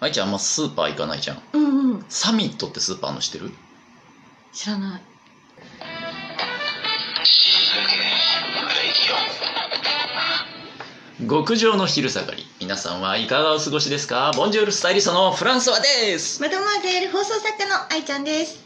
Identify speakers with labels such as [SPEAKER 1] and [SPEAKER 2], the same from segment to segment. [SPEAKER 1] 愛ちゃんあんまスーパー行かないじゃん
[SPEAKER 2] うんうん
[SPEAKER 1] サミットってスーパーあるの知ってる
[SPEAKER 2] 知らない
[SPEAKER 1] 極上の昼下がり皆さんはいかがお過ごしですかボンジュールスタイリストのフランスワです
[SPEAKER 2] マドモアゼル放送作家の愛ちゃんです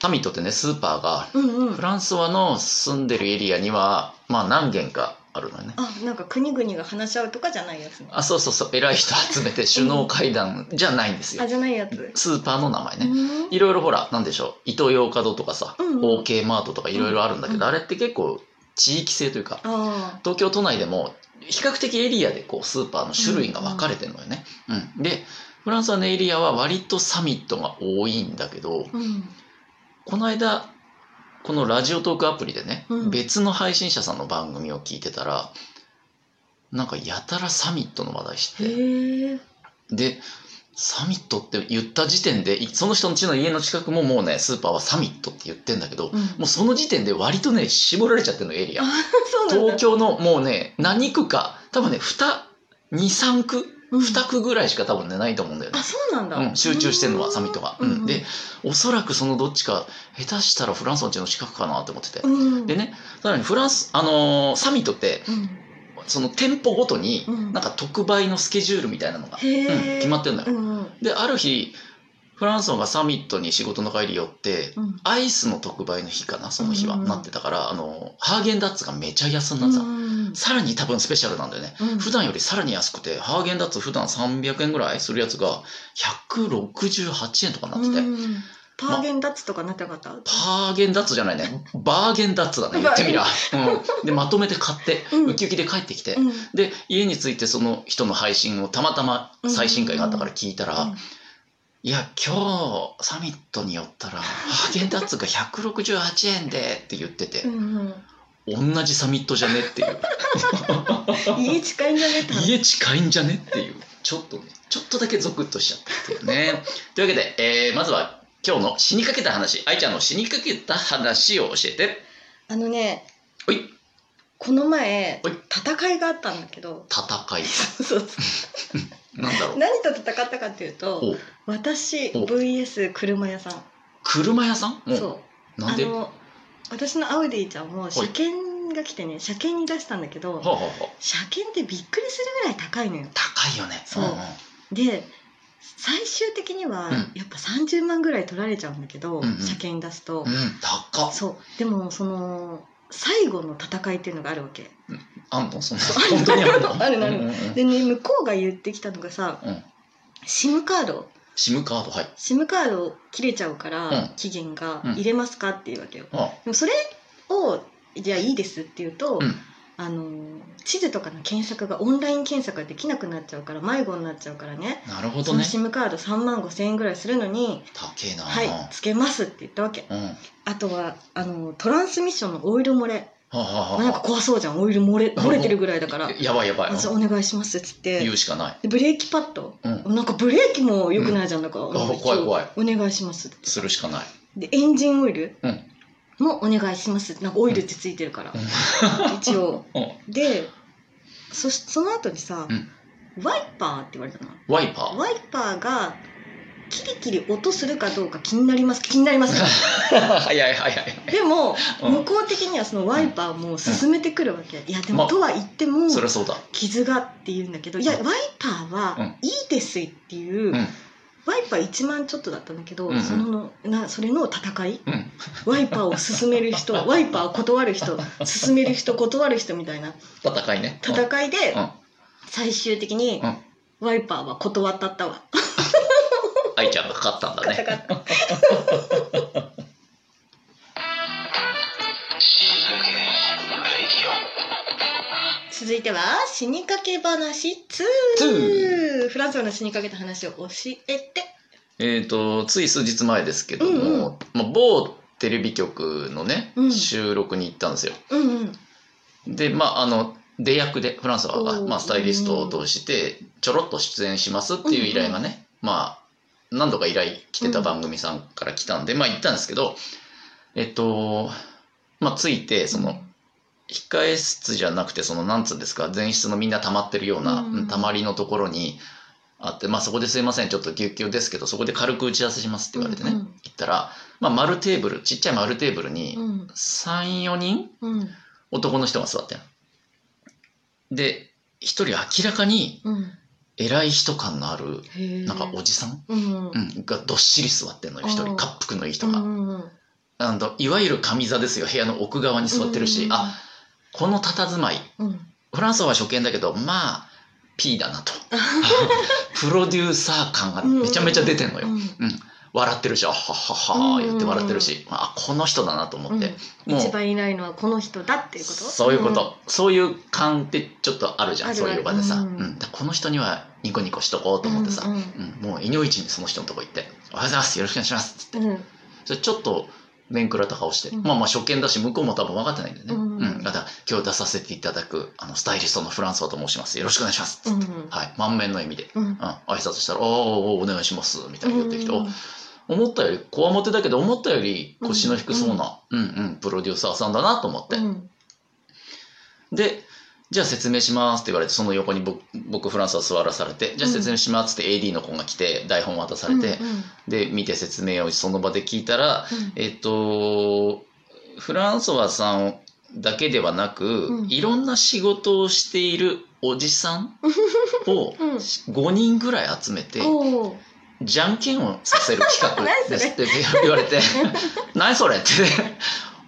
[SPEAKER 1] サミットってねスーパーが
[SPEAKER 2] うんう
[SPEAKER 1] フランスワの住んでるエリアにはまあ何軒かあるのよね
[SPEAKER 2] あなんか国々が話し合うとかじゃないやつね
[SPEAKER 1] あそうそうそう偉い人集めて首脳会談じゃないんですよ
[SPEAKER 2] あじゃないやつ、
[SPEAKER 1] スーパーの名前
[SPEAKER 2] う
[SPEAKER 1] ね
[SPEAKER 2] ん
[SPEAKER 1] いろいろほらなんでしょうイトーヨーカドーとかさ、
[SPEAKER 2] うんうん
[SPEAKER 1] OK マートとかいろいろあるんだけど、
[SPEAKER 2] うん
[SPEAKER 1] あれって結構地域性というか
[SPEAKER 2] あ
[SPEAKER 1] 東京都内でも比較的エリアでこうスーパーの種類が分かれてるのよね、うん、でフランスのエリアは割とサミットが多いんだけど
[SPEAKER 2] あうん
[SPEAKER 1] この間このラジオトークアプリでね、
[SPEAKER 2] うん
[SPEAKER 1] 別の配信者さんの番組を聞いてたらなんかやたらサミットの話題して
[SPEAKER 2] へえ
[SPEAKER 1] でサミットって言った時点でいその人の家の家の近くももうねスーパーはサミットって言ってんだけど
[SPEAKER 2] うん
[SPEAKER 1] もうその時点で割とね絞られちゃってるのエリア
[SPEAKER 2] あそうなんだ
[SPEAKER 1] 東京のもうね何区か多分ね23区
[SPEAKER 2] うん
[SPEAKER 1] 2区ぐらいしか多分ねないと思うんだよね
[SPEAKER 2] あ、そうなんだ、
[SPEAKER 1] うん、集中してるのはサミットが、うん
[SPEAKER 2] うん
[SPEAKER 1] でおそらくそのどっちか下手したらフランスのうちの近くかなと思ってて、
[SPEAKER 2] うん
[SPEAKER 1] でねさらにフランス、あのーサミットって
[SPEAKER 2] うん
[SPEAKER 1] その店舗ごとに
[SPEAKER 2] うん
[SPEAKER 1] なんか特売のスケジュールみたいなのが、
[SPEAKER 2] へ
[SPEAKER 1] うん
[SPEAKER 2] え、
[SPEAKER 1] 決まってんのよ、
[SPEAKER 2] うんうん
[SPEAKER 1] である日フランソンがサミットに仕事の帰り寄って
[SPEAKER 2] うん
[SPEAKER 1] アイスの特売の日かなその日は、
[SPEAKER 2] うんうん
[SPEAKER 1] なってたからあのハーゲンダッツがめちゃ安に
[SPEAKER 2] う
[SPEAKER 1] なってた、
[SPEAKER 2] ん
[SPEAKER 1] さらに多分スペシャルなんだよね
[SPEAKER 2] うん
[SPEAKER 1] 普段よりさらに安くてハーゲンダッツ普段300円ぐらいするやつが168円とかになってて、
[SPEAKER 2] うんパーゲンダッツとかなってなかった、
[SPEAKER 1] ハーゲンダッツじゃないねバーゲンダッツだね言ってみりゃ、 うん、でまとめて買って
[SPEAKER 2] うん
[SPEAKER 1] ウキウキで帰ってきて、
[SPEAKER 2] うん
[SPEAKER 1] で家に着いてその人の配信をたまたま最新回があったから聞いたら、
[SPEAKER 2] うん
[SPEAKER 1] いや今日サミットに寄ったらハーゲンダッツが168円でって言ってて、
[SPEAKER 2] うん
[SPEAKER 1] 同じサミットじゃねっていう
[SPEAKER 2] うん、家近いんじゃねって話
[SPEAKER 1] 家近いんじゃねっていうちょっとねちょっとだけゾクッとしちゃったっていうねというわけで、えーまずは今日の死にかけた話愛ちゃんの死にかけた話を教えて
[SPEAKER 2] あのね
[SPEAKER 1] おい
[SPEAKER 2] この前
[SPEAKER 1] おい
[SPEAKER 2] 戦いがあったんだ けど
[SPEAKER 1] 戦い
[SPEAKER 2] そう
[SPEAKER 1] なんだろう
[SPEAKER 2] 何と戦ったかっていうと
[SPEAKER 1] お
[SPEAKER 2] 私
[SPEAKER 1] お
[SPEAKER 2] VS 車屋さん
[SPEAKER 1] 車屋さんお
[SPEAKER 2] そう
[SPEAKER 1] なん
[SPEAKER 2] あ
[SPEAKER 1] では
[SPEAKER 2] の私のアウディちゃんも車検が来てね車検に出したんだけど
[SPEAKER 1] あはあはあ
[SPEAKER 2] 車検ってびっくりするぐらい高いのよ
[SPEAKER 1] 高いよね
[SPEAKER 2] そうん
[SPEAKER 1] ん
[SPEAKER 2] で最終的には
[SPEAKER 1] うん
[SPEAKER 2] やっぱ30万ぐらい取られちゃうんだけど、
[SPEAKER 1] うんうん
[SPEAKER 2] 車検出すと、
[SPEAKER 1] うん、高っ
[SPEAKER 2] そうでもその最後の戦いっていうのがあるわけ
[SPEAKER 1] あんの そんな
[SPEAKER 2] そう
[SPEAKER 1] 本当にあんの
[SPEAKER 2] あるのある
[SPEAKER 1] うんうんうん
[SPEAKER 2] でね向こうが言ってきたのがさ
[SPEAKER 1] うん
[SPEAKER 2] SIM カード
[SPEAKER 1] SIM カードはい
[SPEAKER 2] SIM カード切れちゃうから、
[SPEAKER 1] うん
[SPEAKER 2] 期限が
[SPEAKER 1] うん
[SPEAKER 2] 入れますかっていうわけよ
[SPEAKER 1] あ
[SPEAKER 2] でもそれをじゃあいいですって言うと、
[SPEAKER 1] うん
[SPEAKER 2] あの地図とかの検索がオンライン検索ができなくなっちゃうから迷子になっちゃうからね
[SPEAKER 1] なるほ
[SPEAKER 2] そ
[SPEAKER 1] ど
[SPEAKER 2] の
[SPEAKER 1] ね
[SPEAKER 2] SIM カード3万5千円ぐらいするのに
[SPEAKER 1] 高え
[SPEAKER 2] 「
[SPEAKER 1] な
[SPEAKER 2] はいつけます」って言ったわけ
[SPEAKER 1] うんは
[SPEAKER 2] あとはあのトランスミッションのオイル漏れ
[SPEAKER 1] あはあ
[SPEAKER 2] なんか
[SPEAKER 1] は
[SPEAKER 2] 怖そうじゃんオイル漏れ漏れてるぐらいだ か
[SPEAKER 1] あ
[SPEAKER 2] ら
[SPEAKER 1] やばいや
[SPEAKER 2] 「
[SPEAKER 1] ばい
[SPEAKER 2] あじゃあお願いします」っつっ
[SPEAKER 1] 言
[SPEAKER 2] て
[SPEAKER 1] うしかない
[SPEAKER 2] でブレーキパッド
[SPEAKER 1] うん
[SPEAKER 2] なんかブレーキも良くないじゃん、なんか
[SPEAKER 1] あ怖い怖い
[SPEAKER 2] お願いしますって
[SPEAKER 1] するしかない
[SPEAKER 2] でエンジンオイル
[SPEAKER 1] うん
[SPEAKER 2] もお願いしますなんかオイルってついてるから、一 応
[SPEAKER 1] うんうん
[SPEAKER 2] でそしその後にさ、
[SPEAKER 1] うん
[SPEAKER 2] ワイパーって言われたの
[SPEAKER 1] ワイパー
[SPEAKER 2] ワイパーがキリキリ音するかどうか気になります気になります
[SPEAKER 1] 早い早い
[SPEAKER 2] でも、
[SPEAKER 1] うん
[SPEAKER 2] 向こう的にはそのワイパーも進めてくるわけ、いやでも、
[SPEAKER 1] まあ
[SPEAKER 2] とは言っても
[SPEAKER 1] そりゃそうだ
[SPEAKER 2] 傷がって言うんだけどいやワイパー
[SPEAKER 1] う
[SPEAKER 2] は
[SPEAKER 1] ん
[SPEAKER 2] いいですいっていう、
[SPEAKER 1] うん
[SPEAKER 2] ワイパー1万ちょっとだったんだけど、
[SPEAKER 1] うんうん
[SPEAKER 2] そののなそれの戦い
[SPEAKER 1] うん
[SPEAKER 2] ワイパーを進め る人ワイパーを断る人進める人断る人みたいな
[SPEAKER 1] 戦いねうん
[SPEAKER 2] 戦いで
[SPEAKER 1] うん
[SPEAKER 2] 最終的に
[SPEAKER 1] うん
[SPEAKER 2] ワイパーは断ったったわ
[SPEAKER 1] 愛ちゃんが勝ったんだね
[SPEAKER 2] 戦った続いては死にかけ話 2, フランスの死にかけた話を教えて
[SPEAKER 1] えっとつい数日前ですけど
[SPEAKER 2] うんう
[SPEAKER 1] もまあ某テレビ局のね
[SPEAKER 2] うん
[SPEAKER 1] 収録に行ったんですよ
[SPEAKER 2] うんうん
[SPEAKER 1] でまああの出役でフランスは
[SPEAKER 2] おー
[SPEAKER 1] まあ、スタイリストを通してちょろっと出演しますっていう依頼がね、まあ何度か依頼来てた番組さんから来たんで、まあ行ったんですけどえっとまあ着いてその控え室じゃなくてそのなんつうんですか前室のみんな溜まってるような、
[SPEAKER 2] うん
[SPEAKER 1] 溜まりのところにあって、まあ、そこですいません、ちょっとぎゅうぎゅうですけど、そこで軽く打ち合わせしますって言われてね、
[SPEAKER 2] うんう
[SPEAKER 1] 行ったら、まあ、丸テーブル、ちっちゃい丸テーブルに、
[SPEAKER 2] ん
[SPEAKER 1] 3、4人、
[SPEAKER 2] うん
[SPEAKER 1] 男の人が座ってんので、一人明らかに
[SPEAKER 2] うん
[SPEAKER 1] 偉い人感のある、
[SPEAKER 2] へえ
[SPEAKER 1] なんかおじさん、
[SPEAKER 2] うん
[SPEAKER 1] うん、がどっしり座ってんのよ、一
[SPEAKER 2] あー
[SPEAKER 1] 人、恰幅のいい人
[SPEAKER 2] うん
[SPEAKER 1] が。
[SPEAKER 2] うんうん
[SPEAKER 1] あのいわゆる上座ですよ、部屋の奥側に座ってるし、あこの佇まい
[SPEAKER 2] うん
[SPEAKER 1] フランスは初見だけどまあ P だ なとプロデューサー感がめちゃめちゃ出てんのよ、
[SPEAKER 2] うん
[SPEAKER 1] 笑ってるし「あははは
[SPEAKER 2] うん
[SPEAKER 1] 言って笑ってるし、あこの人だなと思って、
[SPEAKER 2] うん
[SPEAKER 1] もう
[SPEAKER 2] 一番偉いのはこの人だっていうこと
[SPEAKER 1] そういうこと、そういう感ってちょっとあるじゃ
[SPEAKER 2] あ
[SPEAKER 1] ん
[SPEAKER 2] るあ
[SPEAKER 1] そ
[SPEAKER 2] る
[SPEAKER 1] ういう場でさ、
[SPEAKER 2] う
[SPEAKER 1] うんんだからこの人にはニコニコしとこうと思ってさ、
[SPEAKER 2] う
[SPEAKER 1] うん
[SPEAKER 2] んうん
[SPEAKER 1] もう井の一にその人のとこ行って「おはようございますよろしくお願いします」つって
[SPEAKER 2] うん
[SPEAKER 1] それちょっと面食らった顔して、
[SPEAKER 2] うん
[SPEAKER 1] まあまあ初見だし向こうも多分分かってないんだよね、
[SPEAKER 2] う
[SPEAKER 1] うんんだから今日出させていただくあのスタイリストのフランソワと申しますよろしくお願いします、
[SPEAKER 2] うん
[SPEAKER 1] はい満面の意味で、
[SPEAKER 2] うん
[SPEAKER 1] うん、挨拶したら「おーおーお願いします」みたいに言ってきて、
[SPEAKER 2] うん
[SPEAKER 1] お思ったよりこわもてだけど思ったより腰の低そうな、うんうんプロデューサーさんだなと思って、
[SPEAKER 2] うん
[SPEAKER 1] でじゃあ説明しますって言われてその横に僕僕フランスは座らされてじゃあ説明しますって AD の子が来て台本渡されて、
[SPEAKER 2] うん
[SPEAKER 1] で見て説明をその場で聞いたら
[SPEAKER 2] うん
[SPEAKER 1] えっと、フランソワさんだけではなく、
[SPEAKER 2] うん
[SPEAKER 1] いろんな仕事をしているおじさんを
[SPEAKER 2] うん
[SPEAKER 1] 5人ぐらい集めて、
[SPEAKER 2] おお
[SPEAKER 1] じゃんけんをさせる企
[SPEAKER 2] 何
[SPEAKER 1] 画
[SPEAKER 2] そ
[SPEAKER 1] で
[SPEAKER 2] れ
[SPEAKER 1] すって 言われて、何それって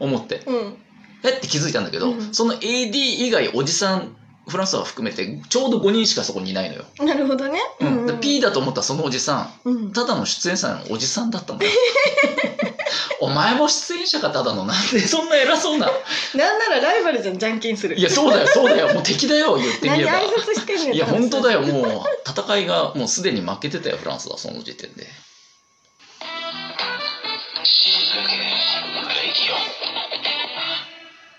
[SPEAKER 1] 思って、
[SPEAKER 2] うん
[SPEAKER 1] えって気づいたんだけど、
[SPEAKER 2] うん
[SPEAKER 1] その AD 以外おじさん、フランソワ含めてちょうど5人しかそこにいないのよ。
[SPEAKER 2] なるほどね
[SPEAKER 1] うん
[SPEAKER 2] うん
[SPEAKER 1] で P だと思ったそのおじさん、
[SPEAKER 2] うん
[SPEAKER 1] ただの出演者のお じさんだったんだよお前も出演者かただのなんでそんな偉そうな
[SPEAKER 2] なんならライバルじゃんじゃんけんする
[SPEAKER 1] いやそうだよそうだよもう敵だよ言ってみ
[SPEAKER 2] 何
[SPEAKER 1] れば
[SPEAKER 2] 挨拶してんねん
[SPEAKER 1] いや本当
[SPEAKER 2] よ
[SPEAKER 1] だよもう戦いがもうすでに負けてたよフランスはその時点で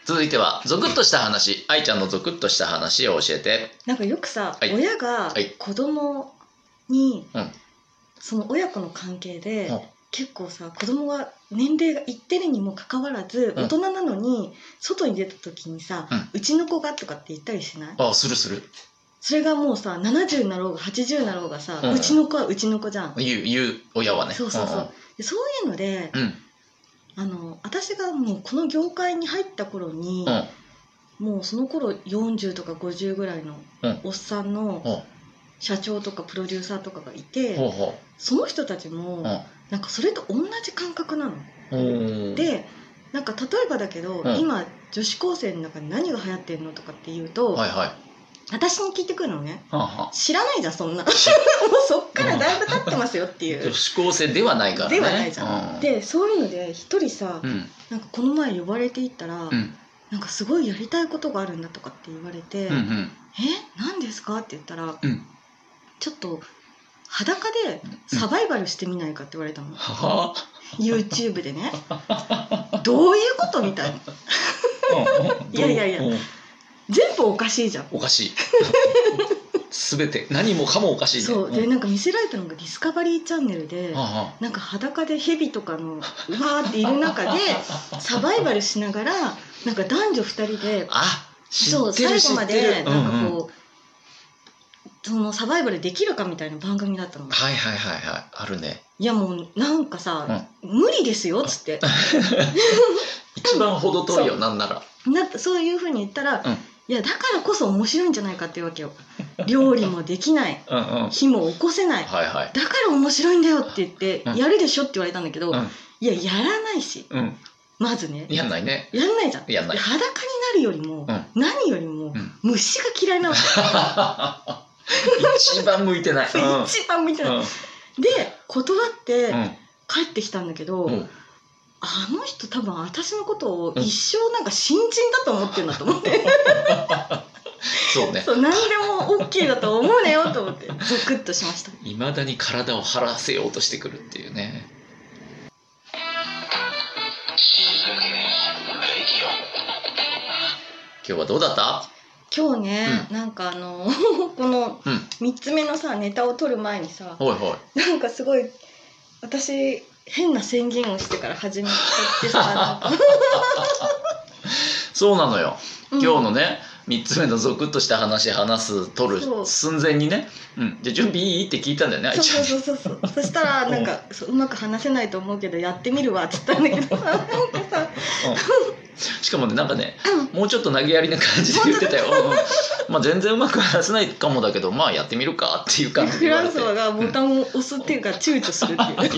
[SPEAKER 1] 続いてはゾクッとした話愛ちゃんのゾクッとした話を教えて
[SPEAKER 2] なんかよくさ、
[SPEAKER 1] はい
[SPEAKER 2] 親が
[SPEAKER 1] はい
[SPEAKER 2] 子供に、
[SPEAKER 1] うん
[SPEAKER 2] その親子の関係で、
[SPEAKER 1] うん
[SPEAKER 2] 結構さ子供は年齢がいってるにもかかわらず、
[SPEAKER 1] うん
[SPEAKER 2] 大人なのに外に出た時にさ、うちの子がとかって言ったりしない
[SPEAKER 1] あするする
[SPEAKER 2] それがもうさ70になろうが80になろうがさ、う
[SPEAKER 1] うん
[SPEAKER 2] ちの子はうちの子じゃん、
[SPEAKER 1] 言う言う親はね
[SPEAKER 2] そうそうそうでそういうので
[SPEAKER 1] うんうん
[SPEAKER 2] あの私がもうこの業界に入った頃に、
[SPEAKER 1] うん
[SPEAKER 2] もうその頃40とか50ぐらいの
[SPEAKER 1] うん
[SPEAKER 2] おっさんの
[SPEAKER 1] ほ
[SPEAKER 2] 社長とかプロデューサーとかがいて、
[SPEAKER 1] うほうほ
[SPEAKER 2] その人たちも、
[SPEAKER 1] ううん
[SPEAKER 2] なんかそれと同じ感覚なの。
[SPEAKER 1] うん
[SPEAKER 2] でなんか例えばだけど、
[SPEAKER 1] うん
[SPEAKER 2] 今女子高生の中に何が流行ってんのとかって言うと、
[SPEAKER 1] はいはい
[SPEAKER 2] 私に聞いてくるのね
[SPEAKER 1] はあはあ
[SPEAKER 2] 知らないじゃんそんな もうそっからだいぶ経ってますよっていう
[SPEAKER 1] 女。子高生ではないからね。
[SPEAKER 2] ではないじゃん、
[SPEAKER 1] うん、
[SPEAKER 2] でそういうので一人さ、
[SPEAKER 1] うん、
[SPEAKER 2] なんかこの前呼ばれていったら、
[SPEAKER 1] うん、
[SPEAKER 2] なんかすごいやりたいことがあるんだとかって言われて「
[SPEAKER 1] うん、うん、
[SPEAKER 2] え何ですか?」って言ったら、
[SPEAKER 1] うん
[SPEAKER 2] ちょっと裸でサバイバルしてみないかって言われたの、
[SPEAKER 1] は
[SPEAKER 2] YouTube でねどういうことみたいな
[SPEAKER 1] あ。
[SPEAKER 2] いやいやいや
[SPEAKER 1] うん
[SPEAKER 2] 全部おかしいじゃん
[SPEAKER 1] おかしい。すべて、何もかもおかしい、ね。
[SPEAKER 2] そうで
[SPEAKER 1] ん
[SPEAKER 2] なんか見せられたのがディスカバリーチャンネルで
[SPEAKER 1] はあは
[SPEAKER 2] なんか裸でヘビとかのうわーっている中 でサバイバルしながらなんか男女2人で
[SPEAKER 1] あ、あ知
[SPEAKER 2] そう
[SPEAKER 1] って
[SPEAKER 2] 最
[SPEAKER 1] る、
[SPEAKER 2] 後
[SPEAKER 1] 知
[SPEAKER 2] ま
[SPEAKER 1] って
[SPEAKER 2] で
[SPEAKER 1] る。うん
[SPEAKER 2] なんか
[SPEAKER 1] うん
[SPEAKER 2] こうそのサバイバルできるかみたいな番組だったの
[SPEAKER 1] はいはいはいはい、あるね。
[SPEAKER 2] いやもうなんかさ無理ですよっつって
[SPEAKER 1] 一番ほど遠いよ、なんなら。
[SPEAKER 2] なそういうふうに言ったら
[SPEAKER 1] うん
[SPEAKER 2] いやだからこそ面白いんじゃないかっていうわけよ料理もできない
[SPEAKER 1] うん、うん、はい
[SPEAKER 2] 火も起こせない
[SPEAKER 1] はい。
[SPEAKER 2] だから面白いんだよって言って、
[SPEAKER 1] うん
[SPEAKER 2] やるでしょって言われたんだけど、
[SPEAKER 1] うん
[SPEAKER 2] いややらないし
[SPEAKER 1] うん、
[SPEAKER 2] まずね
[SPEAKER 1] やんないね。
[SPEAKER 2] やんないじゃん
[SPEAKER 1] やんない
[SPEAKER 2] 裸になるよりも、
[SPEAKER 1] う
[SPEAKER 2] 何よりも、
[SPEAKER 1] うん
[SPEAKER 2] 虫が嫌いなの
[SPEAKER 1] 一番向いてない。うん、うん、
[SPEAKER 2] 一番みたいな、で断って帰ってきたんだけど、
[SPEAKER 1] うん、うん。
[SPEAKER 2] あの人多分私のことを一生なんか新人だと思ってるんだと思って、
[SPEAKER 1] そうね。
[SPEAKER 2] そう何でも OK だと思うなよと思ってゾクッとしました
[SPEAKER 1] いまだに体を張らせようとしてくるっていうね今日はどうだった
[SPEAKER 2] 今日ね、なんかあの この
[SPEAKER 1] うん
[SPEAKER 2] 3つ目のさネタを取る前にさ、
[SPEAKER 1] ほいほい
[SPEAKER 2] なんかすごい私変な宣言をしてから始 めちゃってさ
[SPEAKER 1] そうなのよ
[SPEAKER 2] 今
[SPEAKER 1] 今日のね、 3つ目のゾクッとした話話す取
[SPEAKER 2] そう
[SPEAKER 1] る寸前にね、うん、で準備いいって聞いたんだよねあい
[SPEAKER 2] そう
[SPEAKER 1] ちゃん
[SPEAKER 2] そうそう そうそうそしたらなんかそううまく話せないと思うけどやってみるわっつったんだ けどさなんかさ
[SPEAKER 1] しかもねなんかね
[SPEAKER 2] うん
[SPEAKER 1] もうちょっと投げやりな感じで言ってたよ、うんまあ全然うまく話せないかもだけどまあやってみるかっていう感じで
[SPEAKER 2] フ
[SPEAKER 1] 言わ
[SPEAKER 2] ラ
[SPEAKER 1] れ
[SPEAKER 2] ン
[SPEAKER 1] て
[SPEAKER 2] ソワがボタンを押すっていうか躊躇するっていう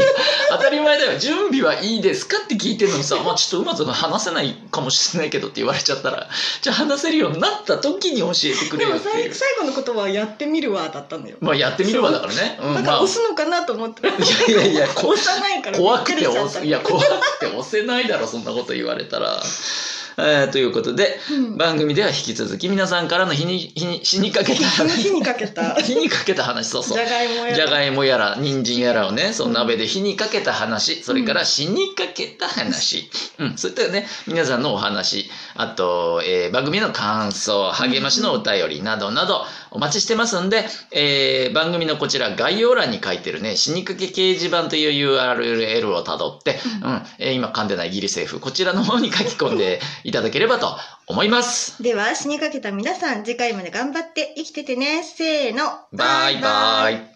[SPEAKER 1] 当たり前だよ準備はいいですかって聞いてるのにさ、まあ、ちょっとうまく話せないかもしれないけどって言われちゃったらじゃあ話せるようになった時に教えてくれ
[SPEAKER 2] で
[SPEAKER 1] よ
[SPEAKER 2] も
[SPEAKER 1] って
[SPEAKER 2] 最
[SPEAKER 1] いう
[SPEAKER 2] 最後の言葉は「やってみるわ」だったんだよ
[SPEAKER 1] まあやってみればだからねう
[SPEAKER 2] だ
[SPEAKER 1] ん
[SPEAKER 2] か
[SPEAKER 1] ま
[SPEAKER 2] ら
[SPEAKER 1] あ
[SPEAKER 2] 押すのかなと思ったら
[SPEAKER 1] いやいやいやこ
[SPEAKER 2] 押さないから
[SPEAKER 1] 怖く
[SPEAKER 2] び
[SPEAKER 1] て
[SPEAKER 2] っくりしちゃ
[SPEAKER 1] 押
[SPEAKER 2] った
[SPEAKER 1] すいや怖くて押せないだろそんなこと言われたら。えーということで
[SPEAKER 2] うん
[SPEAKER 1] 番組では引き続き皆さんからの日に日に死にかけた
[SPEAKER 2] 火に 火
[SPEAKER 1] 話
[SPEAKER 2] にか けた
[SPEAKER 1] 火にかけた話そうそう
[SPEAKER 2] じゃがいもや
[SPEAKER 1] じゃがいもやら人参やらをねその鍋で火にかけた話それから死にかけた話、うん、そういったね皆さんのお話あと、えー番組の感想励ましのお便りなどなどお待ちしてますんで、えー番組のこちら概要欄に書いてるね死にかけ掲示板という URL をたどって、
[SPEAKER 2] う
[SPEAKER 1] うんえー今噛んでないイギリス政府こちらの方に書き込んでいただければと思います。
[SPEAKER 2] では死にかけた皆さん次回まで頑張って生きててねせーの
[SPEAKER 1] バイバイ